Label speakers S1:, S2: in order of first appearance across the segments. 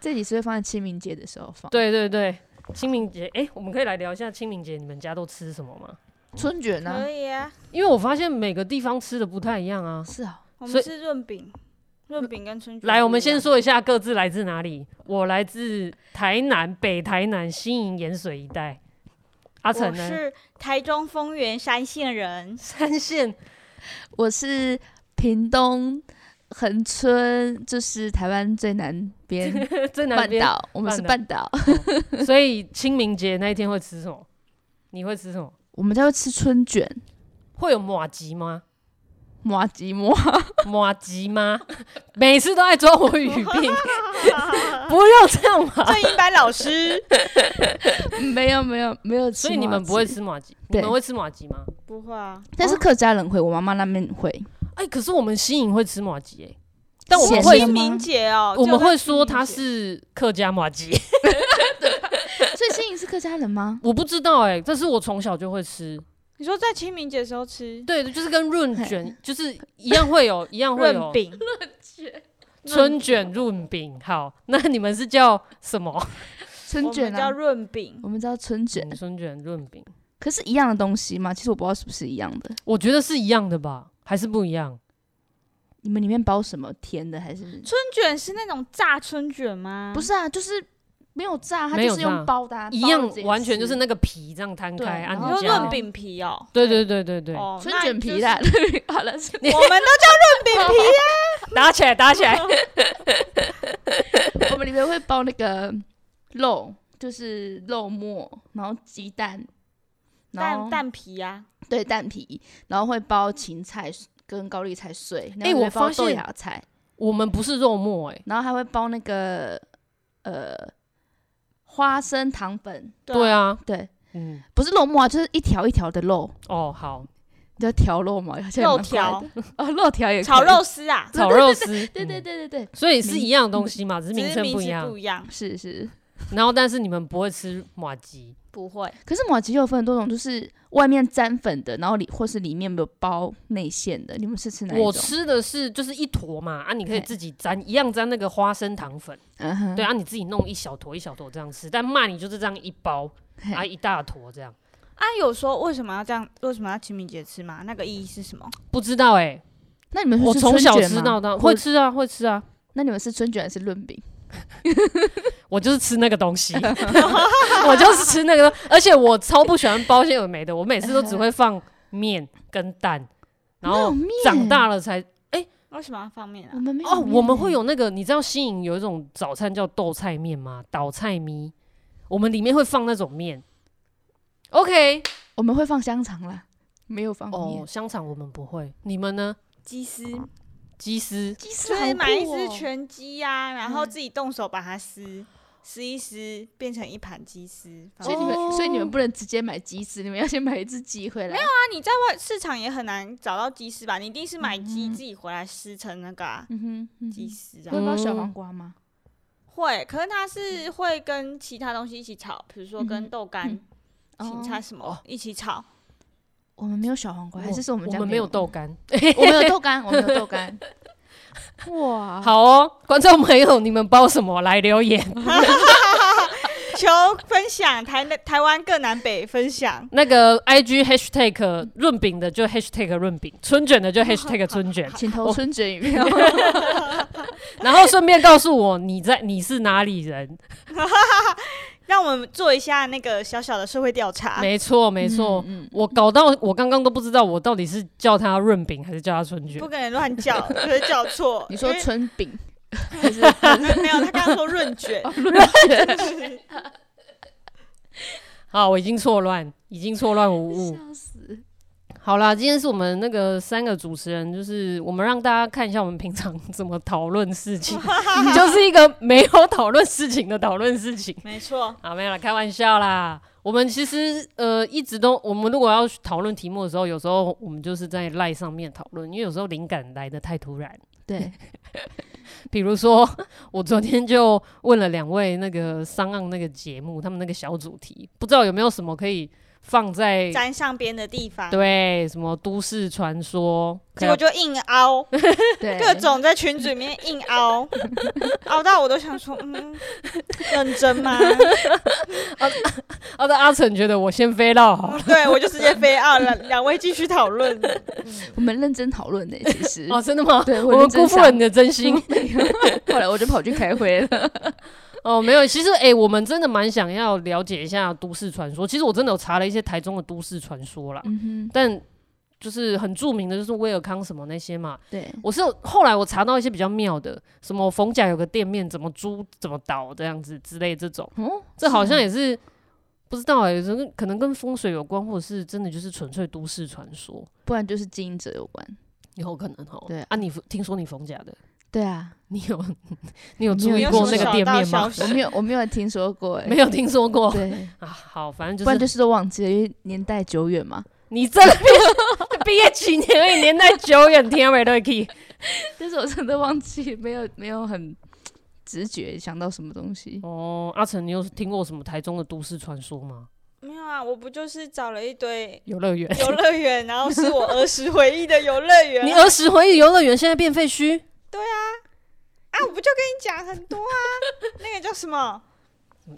S1: 这集是会放在清明节的时候放。，
S2: 对对对，清明节，哎、我们可以来聊一下清明节你们家都吃什么吗？
S1: 春卷呢、
S3: 可以啊，
S2: 因为我发现每个地方吃的不太一样啊。
S1: 是啊，
S3: 我
S2: 所
S3: 们
S2: 以
S3: 是润饼，润饼跟春卷不一样。
S2: 来，我们先说一下各自来自哪里。我来自台南北台南新营盐水一带。阿成
S3: 我
S2: 呢？
S3: 是台中丰原山 县 人，
S2: 三线
S1: 我是屏东恒春，就是台湾最南边
S2: 在 南
S1: 半
S2: 边，
S1: 岛，我们是半岛，
S2: 所以清明节那一天会吃什么？你会吃什么？
S1: 我们家会吃春卷、
S2: 会有马吉吗？
S1: 麻吉馍，
S2: 马吉吗？每次都在抓我语 病，不用这样嘛。
S3: 正音班老师
S1: 没有没有没有吃，
S2: 所以你们不会，吃马吉，你
S1: 对
S2: 们会吃马吉吗？
S3: 不会啊，
S1: 但是客家人会，我妈妈那边 会，
S2: 哎、可是我们新营会吃马吉哎、但我们
S1: 咸
S2: 会
S1: 的
S3: 清明节哦，
S2: 我们
S3: 只有在
S2: 会说
S3: 清明节
S2: 它是客家马吉，
S1: 所以新颖是客家人吗？
S2: 我不知道哎、但是我从小就会吃。
S3: 你说在清明节的时候吃
S2: 对，就是跟润卷就是一样会有，一啊样会哦
S3: 润
S2: 有
S3: 饼，
S2: 春卷润饼。好，那你们是叫什么？
S1: 春
S3: 我
S1: 卷
S3: 们叫
S1: 啊，
S3: 润饼，
S1: 我们叫春卷，
S2: 春卷润饼，
S1: 可是一样的东西吗？其实我不知道是不是一样的。
S2: 我觉得是一样的吧，还是不一样？
S1: 你们里面包什么？甜的还是？
S3: 春卷是那种炸春卷吗？
S1: 不，是啊，就是没有炸，它
S2: 没
S1: 就
S2: 有
S1: 是用
S2: 炸
S1: 包的、啊，
S2: 一
S1: 包
S2: 样
S1: 着直接，
S2: 完全
S1: 吃
S2: 就是那个皮这样摊
S1: 对
S2: 开，啊，
S1: 然
S3: 你
S1: 后
S2: 你
S3: 说
S2: 加
S3: 润饼皮哦，
S2: 对对对对对，
S3: 哦，
S1: 春
S3: 那
S1: 卷皮
S3: 就是
S1: 啦。 好了，是
S3: 我们都
S2: 打起来，打起 来，
S1: 啊我们里面会包那个肉，就是肉末，然后鸡蛋，然后
S3: 蛋蛋皮啊，
S1: 对蛋皮，然后会包芹菜跟高丽菜碎，然
S2: 诶
S1: 后也
S2: 我
S1: 会
S2: 发
S1: 包豆
S2: 现
S1: 芽菜，
S2: 我们不是肉末哎，
S1: 然后还会包那个呃花生糖粉，
S2: 对啊，
S1: 对，
S2: 嗯，
S1: 不是肉末啊，就是一条一条的肉，
S2: 哦好，
S1: 叫条肉嘛，好像也
S3: 肉
S1: 蛮怪
S3: 条
S1: 的哦，肉条也
S3: 炒
S1: 可以，
S3: 肉丝啊，
S2: 炒肉丝，
S1: 对对
S2: 嗯，
S1: 对对对，
S2: 所以是一样的东西嘛，只是
S3: 只
S2: 名
S3: 是
S2: 称
S3: 名
S2: 不一
S3: 字
S2: 样
S3: 不。一样，
S1: 是是。
S2: 然后但是你们不会吃马吉，
S3: 不会。
S1: 可是马吉有分很多种，就是外面沾粉的，然后里或是里面没有包内馅的，你们是吃哪一种？
S2: 我吃的是就是一坨嘛，啊，你可以
S1: 嘿
S2: 自己沾，一样沾那个花生糖粉，
S1: 嗯哼，
S2: 对啊，你自己弄一小坨一小坨这样吃，但骂你就是这样一包
S1: 嘿
S2: 啊，一大坨这样，
S3: 啊，有说为什么要这样？为什么要清明节吃嘛？那个意义是什么？
S2: 不知道哎、
S1: 那你们是
S2: 我
S1: 吃
S2: 从
S1: 春
S2: 小
S1: 卷
S2: 吃
S1: 吗
S2: 到大，
S1: 或
S2: 会吃啊，会吃啊，
S1: 那你们是春卷还是润饼？
S2: 我就是吃那个东西， 我就是吃那个东，而且我超不喜欢包些有的没的，我每次都只会放面跟蛋，然
S1: 没有
S2: 后
S1: 面
S2: 长大了才
S3: 为什么要放面啊
S1: 我？们没有
S2: 哦，我们
S1: 面
S2: 会有那个，你知道新颖有一种早餐叫豆菜面吗？倒菜咪，我们里面会放那种面。OK，
S1: 我们会放香肠啦，没有放
S2: 哦，
S1: 面。
S2: 香肠我们不会，你们呢？
S3: 鸡丝，
S2: 鸡丝，
S1: 鸡
S3: 就
S1: 丝
S3: 是
S1: 好
S3: 买一
S1: 酷
S3: 只
S1: 哦嗯
S3: 全鸡呀、然后自己动手把它撕，撕一撕，变成一盘鸡丝。
S1: 所以
S3: 哦
S1: 你们，所以你
S2: 哦
S1: 们不能直接买鸡丝，你们要先买一只鸡回来。没有
S2: 啊
S3: 那你在外市场也很难找到鸡丝吧？你一定是买鸡自己回来撕成那个啊
S1: 嗯哼，嗯
S3: 鸡
S1: 哼
S3: 丝啊。
S1: 会包小
S2: 嗯
S1: 黄瓜吗？
S3: 会，可是它是会跟其他东西一起炒，比如说跟
S1: 嗯
S3: 豆干、
S2: 嗯
S3: 芹菜
S1: 哦，
S3: 什么一起炒。
S1: 我们没有小黄瓜，哦还是是我们
S2: 我
S1: 家哦
S2: 们没有豆干。
S1: 我们有豆干，我们有豆干。哇，
S2: 好哦，观众朋友，你们包什么来 留言？
S3: 求分享台南台湾各南北分享。
S2: 那个 IG hashtag 润饼的就 hashtag 润饼，春卷 的就 hashtag 春卷，
S1: 请投
S2: 我
S1: 春卷影片。
S2: 然后顺便告诉我你在你是哪里人。
S3: 让我们做一下那个小小的社会调查。
S2: 没错，没错。
S1: 嗯，嗯
S2: 我搞到我刚刚都不知道我到底是叫它润饼还是叫它春卷
S3: 不。可能乱
S1: 。
S3: 叫，不会叫错
S1: 你说
S3: 因为
S1: 春饼还是 哦
S3: 没有？他刚刚说 润卷，
S2: 好，我已经错乱，已经错乱无误。
S1: 笑死？
S2: 好啦，今天是我们那个三个主持人，就是我们让大家看一下我们平常怎么讨论 事情，就是一个没有讨论事情的讨论事情。
S3: 没错。
S2: 好，没有啦，开玩笑啦。我们其实呃一直都，我们如果要讨论题目的时候，有时候我们就是在赖上面讨论，因为有时候灵感来的太突然。
S1: 对，
S2: 比如说，我昨天就问了两位那个商岸那个节目，他们那个小主题，不知道有没有什么可以放在
S3: 沾上边的地方，
S2: 对什么都市传说，
S3: 结果就硬凹，
S1: 对，
S3: 各种在群组里面硬 凹，凹到我都想说，嗯，认真 吗？
S2: 哦，那阿成觉得我先飞 到好了，
S3: 对我就直接飞奥了。两位继续讨论，
S1: 我们认真讨 论的，其实。
S2: 哦，真的吗？
S1: 对，
S2: 我
S1: 认
S2: 们
S1: 真
S2: 辜负了
S1: 想
S2: 你的 真心。
S1: 后来我就跑去开会了。
S2: 哦，没有，其实诶，我们真的蛮想要了解一下都市传说。其实我真的有查了一些台中的都市传说啦，
S1: 嗯哼，
S2: 但就是很著名的，就是威尔康什么那些嘛。
S1: 对，
S2: 我是有后来我查到一些比较妙的，什么逢甲有个店面怎么租怎么倒这样子之类这种，
S1: 哦，
S2: 这好像也是不知道诶，有时候可能跟风水有关，或者是真的就是纯粹都市传说，
S1: 不然就是经营者有关。
S2: 有可能哦。
S1: 对啊
S2: 啊，你听说你逢甲的，
S1: 对啊，
S2: 你有你有
S1: 没有
S2: 注意
S1: 听
S2: 过
S1: 说
S2: 那个
S1: 小
S2: 店面吗
S3: 消？息
S1: 我没有，我没有听说过、欸，
S2: 没有听说过
S1: 对，
S2: 啊。好，反正
S1: 不
S2: 就是
S1: 然就是都忘记了，因为年代久远嘛。
S2: 你这个毕业几年而已，年代久远，天啊伟瑞 key。
S1: 但是我真的忘记，没有没有很直觉想到什么东西。
S2: 哦，阿成，你有听过什么台中的都市传说吗？
S3: 没有啊，我不就是找了一堆
S2: 游乐园，
S3: 游乐园，然后是我儿时回忆的游乐 园
S2: 你儿时回忆游乐园现在变废墟，
S3: 啊！我不就跟你讲很多啊，那个叫什么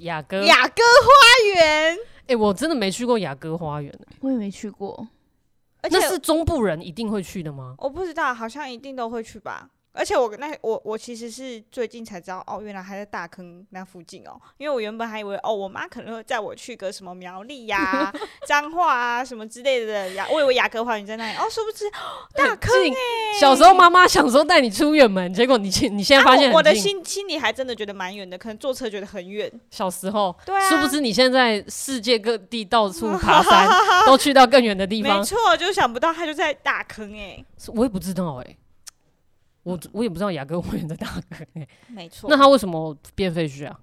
S2: 雅哥。哎、
S3: 雅歌花园，
S2: 我真的没去过雅哥花园，
S1: 我也没去过，
S3: 而且
S2: 那是中部人一定会去的吗？
S3: 我不知道，好像一定都会去吧。而且我那我我其实是最近才知道哦，原来还在大坑那附近哦，因为我原本还以为哦，我妈可能会载我去个什么苗栗呀、 彰化啊什么之类的呀，我以为雅阁花园在那里哦，殊不知哦大坑欸
S2: 近小时候妈妈想说带你出远门，结果你去，你现在
S3: 啊
S2: 发现很近、
S3: 我我的心心里还真的觉得蛮远的，可能坐车觉得很远。
S2: 小时候，
S3: 对啊，
S2: 殊不知你现在世界各地到处爬 山，都去到更远的地
S3: 没
S2: 方。
S3: 错，就想不到它就在大坑哎、
S2: 我也不知道哎、我我也不知道雅哥花园在哪个、欸。
S3: 没错。
S2: 那他为什么变废墟啊？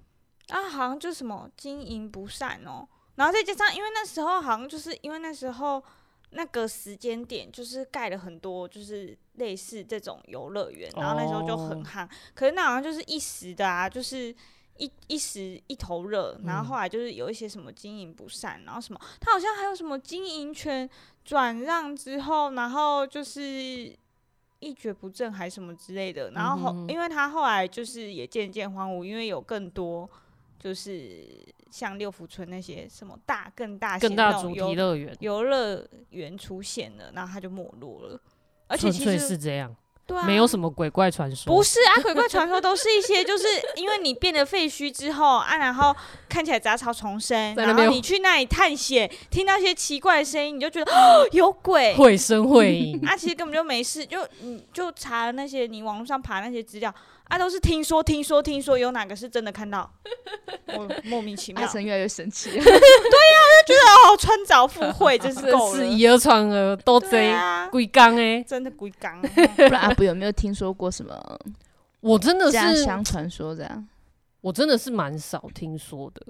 S3: 啊，好像就是什么经营不善哦，然后再加上因为那时候好像就是因为那时候那个时间点就是盖了很多就是类似这种游乐园，然后那时候就很
S2: 哦
S3: 夯，可是那好像就是一时的啊，就是。一一时一头热，然
S2: 嗯
S3: 后后来就是有一些什么经营不善，然后什么，他好像还有什么经营权转让之后，然后就是一蹶不振还什么之类的。然后后，
S2: 嗯哼
S3: 因为他后来就是也渐渐荒芜，因为有更多就是像六福村那些什么大更大型
S2: 更
S3: 那
S2: 大
S3: 种
S2: 主
S3: 游
S2: 题乐园，
S3: 游乐园出现了，然后他就没落了。而
S2: 纯
S3: 且其
S2: 粹
S3: 实
S2: 是这样，
S3: 对啊，
S2: 没有什么鬼怪传说。
S3: 不是 啊，鬼怪传说都是一些，就是因为你变得废墟之后啊，然后看起来杂草丛生，
S2: 在那
S3: 然后
S2: 边
S3: 你去那里探险，听到一些奇怪的声音，你就觉 得哦有鬼。
S2: 绘声绘影
S3: 啊，其实根本就没事，就你就查了那些你网络上爬那些资料啊，都是听说听说听说，有哪个是真的看到？我莫名其妙，
S1: 阿
S3: 就
S1: 成越来越生气 了。
S3: 哦穿凿附 会， 真是
S2: 真
S3: 够
S2: 是
S3: 了。
S2: 以讹传讹，都
S3: 对
S2: 贼
S3: 啊，
S2: 鬼刚哎！
S3: 真的鬼刚。哦
S1: 不然阿布有没有听说过什么
S2: 我真的
S1: 家
S2: 是，
S1: 乡传说这样？
S2: 我真的是蛮少听说的，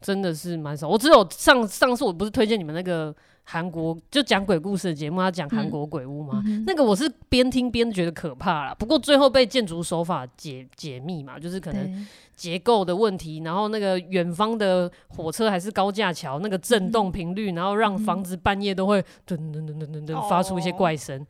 S2: 真的是蛮少。我只有上上次我不是推荐你们那个韩国就讲鬼故事的节目，他讲韩国鬼屋吗？
S1: 嗯哼
S2: 那个我是边听边觉得可怕啦，不过最后被建筑手法解解密嘛，就是可能
S1: 对
S2: 结构的问题，然后那个远方的火车还是高架桥，那个震动频率，然后让房子半夜都会噔噔噔噔噔
S3: 哦
S2: 噔发出一些怪声。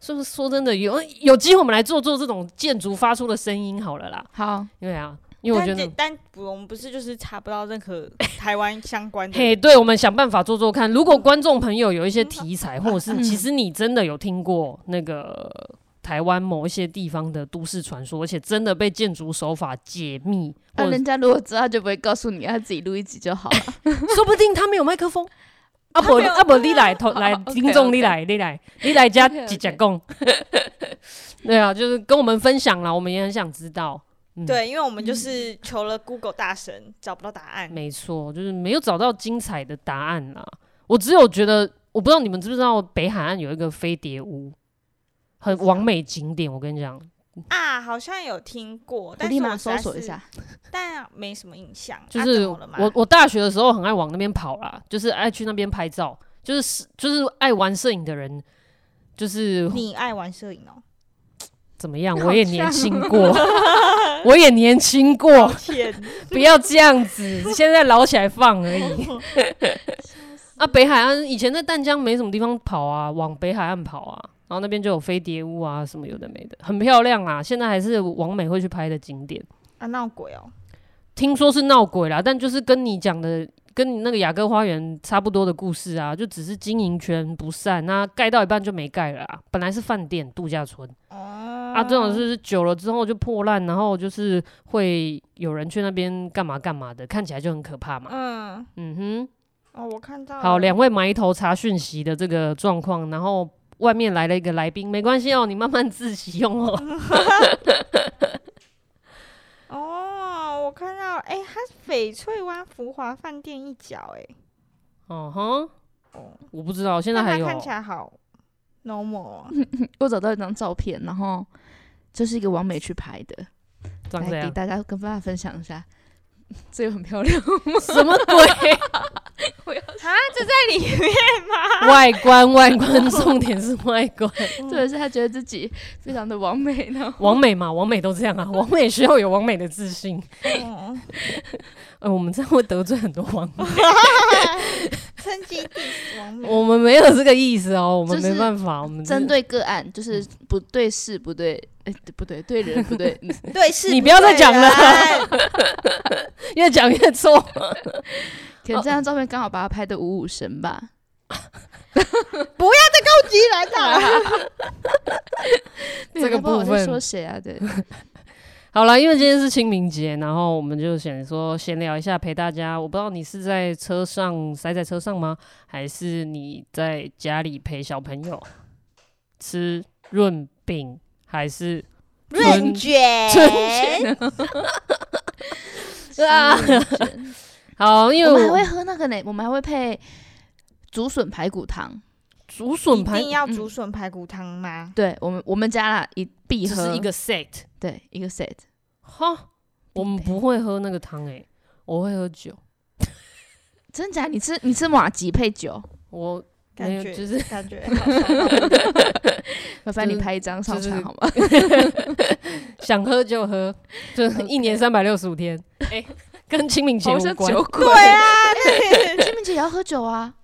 S2: 所以说真的有哎有机会，我们来做做这种建筑发出的声音好了啦，
S1: 好，
S2: 因为啊， 因为我觉得。
S3: 但但不我们不是就是查不到 任何台湾相关的。
S2: 嘿对，我们想办法做做看。如果观众朋友有一些题材，或者是其实你真的有听过那个台湾某一些地方的都市传说，而且真的被建筑手法解密，
S1: 那
S2: 或者
S1: 人家如果知道就不会告诉你，他自己录一集就好了。
S2: 说不定他没有麦克 风。啊
S3: 他
S2: 不
S3: 没有
S2: 啊不，你来投来
S1: OK，OK
S2: 听众，你来你来你来 加
S1: OK，OK
S2: 几加贡。 对啊，就是跟我们分享啦，我们也很想知道。嗯，
S3: 对，因为我们就是求了 Google 大神，找不到答案。
S2: 没错，就是没有找到精彩的答案啦。我只有觉得，我不知道你们知不知道北海岸有一个飞碟屋，很完美景点。我跟你讲，
S3: 啊，好像有听过，
S1: 我
S3: 但
S1: 立
S3: 是
S1: 马
S3: 我实
S1: 搜
S3: 在
S1: 索一
S3: 是，
S1: 下。
S3: 但没什么印象。
S2: 就
S3: 啊
S2: 是
S3: 怎么了吗
S2: 我我大学的时候很爱往那边跑啦，就是爱去那边拍照，就是就是爱玩摄影的人，就是
S3: 你爱玩摄影 哦，
S2: 怎么样？
S1: 好
S2: 我也
S1: 像
S2: 年
S1: 哦
S2: 轻过， 我也年轻 过，
S3: 天，
S2: 不要这样子，现在老起来放而已。啊，北海岸以前在淡江没什么地方跑啊，往北海岸跑啊，然后那边就有飞碟屋啊，什么有的没的，很漂亮啊。现在还是王美会去拍的景点，
S3: 啊，闹鬼哦，
S2: 听说是闹鬼啦，但就是跟你讲的，跟你那个雅各花园差不多的故事啊，就只是经营权不善，那盖到一半就没盖了啊。本来是饭店度假村，
S3: 哦
S2: 啊，这种就是久了之后就破烂，然后就是会有人去那边干嘛干嘛的，看起来就很可怕嘛。
S3: 嗯，
S2: 嗯哼。
S3: 哦，我看到
S2: 好，
S3: 了
S2: 两位埋头查讯息的这个状况，然后外面来了一个来宾，没关系哦，你慢慢自习用哦。
S3: 哦，我看到，哎、它是翡翠湾福华饭店一角、哎，
S2: 哦哼，
S3: 哦，
S2: 我不知道，现在
S3: 但
S2: 还
S3: 它
S2: 有哦
S3: 看起来好 normal，哦
S1: 我找到一张照片，然后就是一个王美去拍的，
S2: 长
S1: 来
S2: 这
S1: 给
S2: 样，
S1: 大家跟大家分享一下， 这个很漂亮，
S2: 什么鬼？
S3: 啊，这在里面吗？
S2: 外观，外观，重点是外观。
S1: 特别是她觉得自己非常的完美，然后
S2: 王美嘛，王美都这样 啊，王美需要有王美的自信。
S3: 哦，
S2: 呃，我们这样会得罪很多王美，
S3: 趁机 diss 王 美，
S2: 我们没有这个意思哦，我们
S1: 就是
S2: 没办法，我们这
S1: 针。对个案就是不对事不对，哎、不对对人不对， 嗯
S3: 对，是
S2: 你不要再
S3: 对
S2: 讲了
S3: 人
S2: 越讲越错，
S1: 可
S2: 哦
S1: 能这张照片刚好把她拍的五五身吧。
S3: 攻击来的，
S2: 这个
S1: 不知道
S2: 部
S1: 我在
S2: 分
S1: 说谁啊？ 对，
S2: 好了，因为今天是清明节，然后我们就想说闲聊一下，陪大家。我不知道你是在车上塞在车上吗，还是你在家里陪小朋友吃润饼，还是
S3: 润卷，
S2: 啊？好，因
S1: 我们还
S2: 为
S1: 会
S2: 我
S1: 喝那个呢，我们还会配竹笋排骨汤。
S2: 竹笋
S3: 一
S2: 排
S3: 定要
S1: 嗯
S3: 竹笋排骨汤吗？
S1: 对我们我们家啦，一必
S2: 只
S1: 喝
S2: 是一个 set，
S1: 对一个 set。
S2: 哈，我们不会喝那个汤欸诶、我会喝酒，
S1: 真假？你吃你吃马吉配酒，
S2: 我
S3: 感
S2: 嗯没有
S3: 觉
S2: 就是
S3: 感觉 好爽哦
S1: 麻烦
S2: 就
S1: 你
S2: 是
S1: 拍一张上
S2: 就是
S1: 传好吗？
S2: 想喝就喝， 就一年三百六十五 天，诶、跟清明节
S1: 好
S2: 无
S1: 像
S2: 关。
S1: 酒鬼。
S3: 对啊， 那
S1: 清明节也要喝酒啊，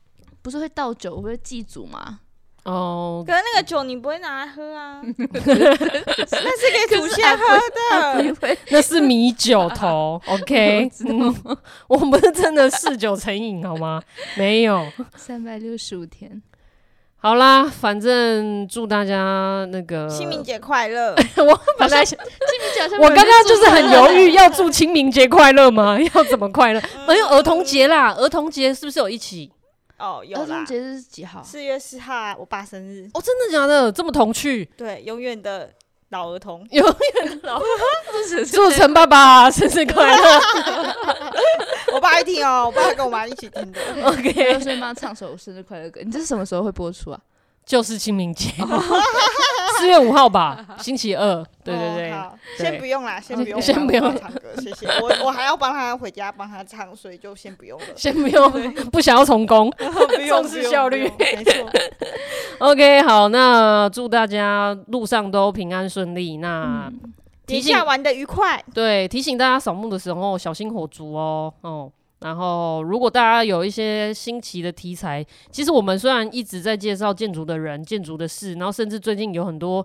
S1: 不是会倒酒，会祭祖吗？
S2: 哦，
S3: 可是那个酒你不会拿来喝 啊，那是给祖先喝的。
S2: 那是米酒头 ，OK？嗯我们不是真的嗜酒成瘾，好 吗？没有。
S1: 三百六十五天，
S2: 好啦，反正祝大家那个
S3: 清明。节快乐！
S2: 我本来想
S1: 清明节好像
S2: 我刚刚就是很犹
S1: 豫。
S2: 豫，要祝清明节快乐吗？ 要怎么快乐？
S3: 嗯
S2: 没有儿童节啦，儿童节是不是有一起？
S3: 哦，有
S1: 儿
S3: 啦
S1: 童，啊节是几号？
S3: 四月四号啊我爸生日，
S2: 哦，真的假的？这么童趣？
S3: 对，永远的老儿童。
S2: 有祝陈爸 爸生日快乐
S3: 我爸会听哦，我爸跟我妈一起听的。
S1: 六
S2: ，OK？
S1: 岁啊妈唱首生日快乐歌，你这是什么时候会播出啊？
S2: 就是清明 节，四月五号吧，星期二。对对
S3: 哦
S2: 对，
S3: 好
S2: 对
S3: 先不用啦，先不 用啦，
S2: 先不用。
S3: 我爸唱歌，谢谢。我我还要帮他回家帮他唱，所以就先不用了
S2: 先不用，不想要重工。
S3: 不用
S2: 重视
S3: 不用
S2: 效
S3: 不
S2: 率
S3: 用 没错。
S2: OK，好，那祝大家路上都平安顺利。那、
S1: 嗯，
S2: 提
S3: 年
S2: 醒
S3: 假玩的愉快，
S2: 对提醒大家扫墓的时候小心火烛哦，哦。然后，如果大家有一些新奇的题材，其实我们虽然一直在介绍建筑的人、建筑的事，然后甚至最近有很多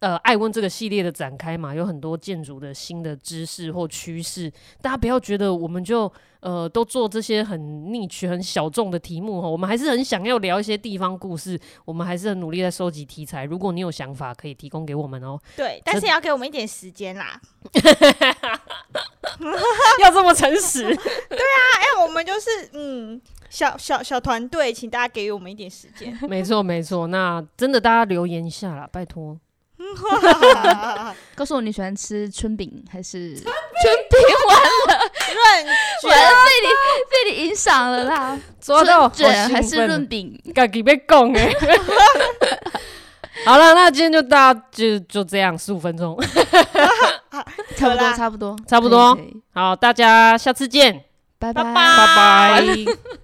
S2: 呃爱问这个系列的展开嘛，有很多建筑的新的知识或趋势，大家不要觉得我们就呃都做这些很逆取、很小众的题目哈，哦我们还是很想要聊一些地方故事，我们还是很努力在收集题材。如果你有想法，可以提供给我们哦。
S3: 对，但是也要给我们一点时间啦。
S2: 要这么诚实。
S3: 哎，我们就是嗯，小小小团队，请大家给予我们一点时间。
S2: 没错，没错。那真的大家留言一下啦，拜托。
S3: 润
S1: 告诉我你喜欢吃春饼还是？
S3: 卷，
S1: 被你被你影响了 啦，
S2: 抓到
S1: 春卷还是润
S2: 润，
S1: 饼？
S2: 自己被讲哎。好了，那今天就大家就就这样，十五分钟。
S1: 差不
S3: 好
S1: 多，
S3: 啦
S1: 差不多，
S2: 差不多
S1: 可以，可以
S2: 好，大家下次见，
S1: 拜
S3: 拜
S1: 拜
S2: 拜拜。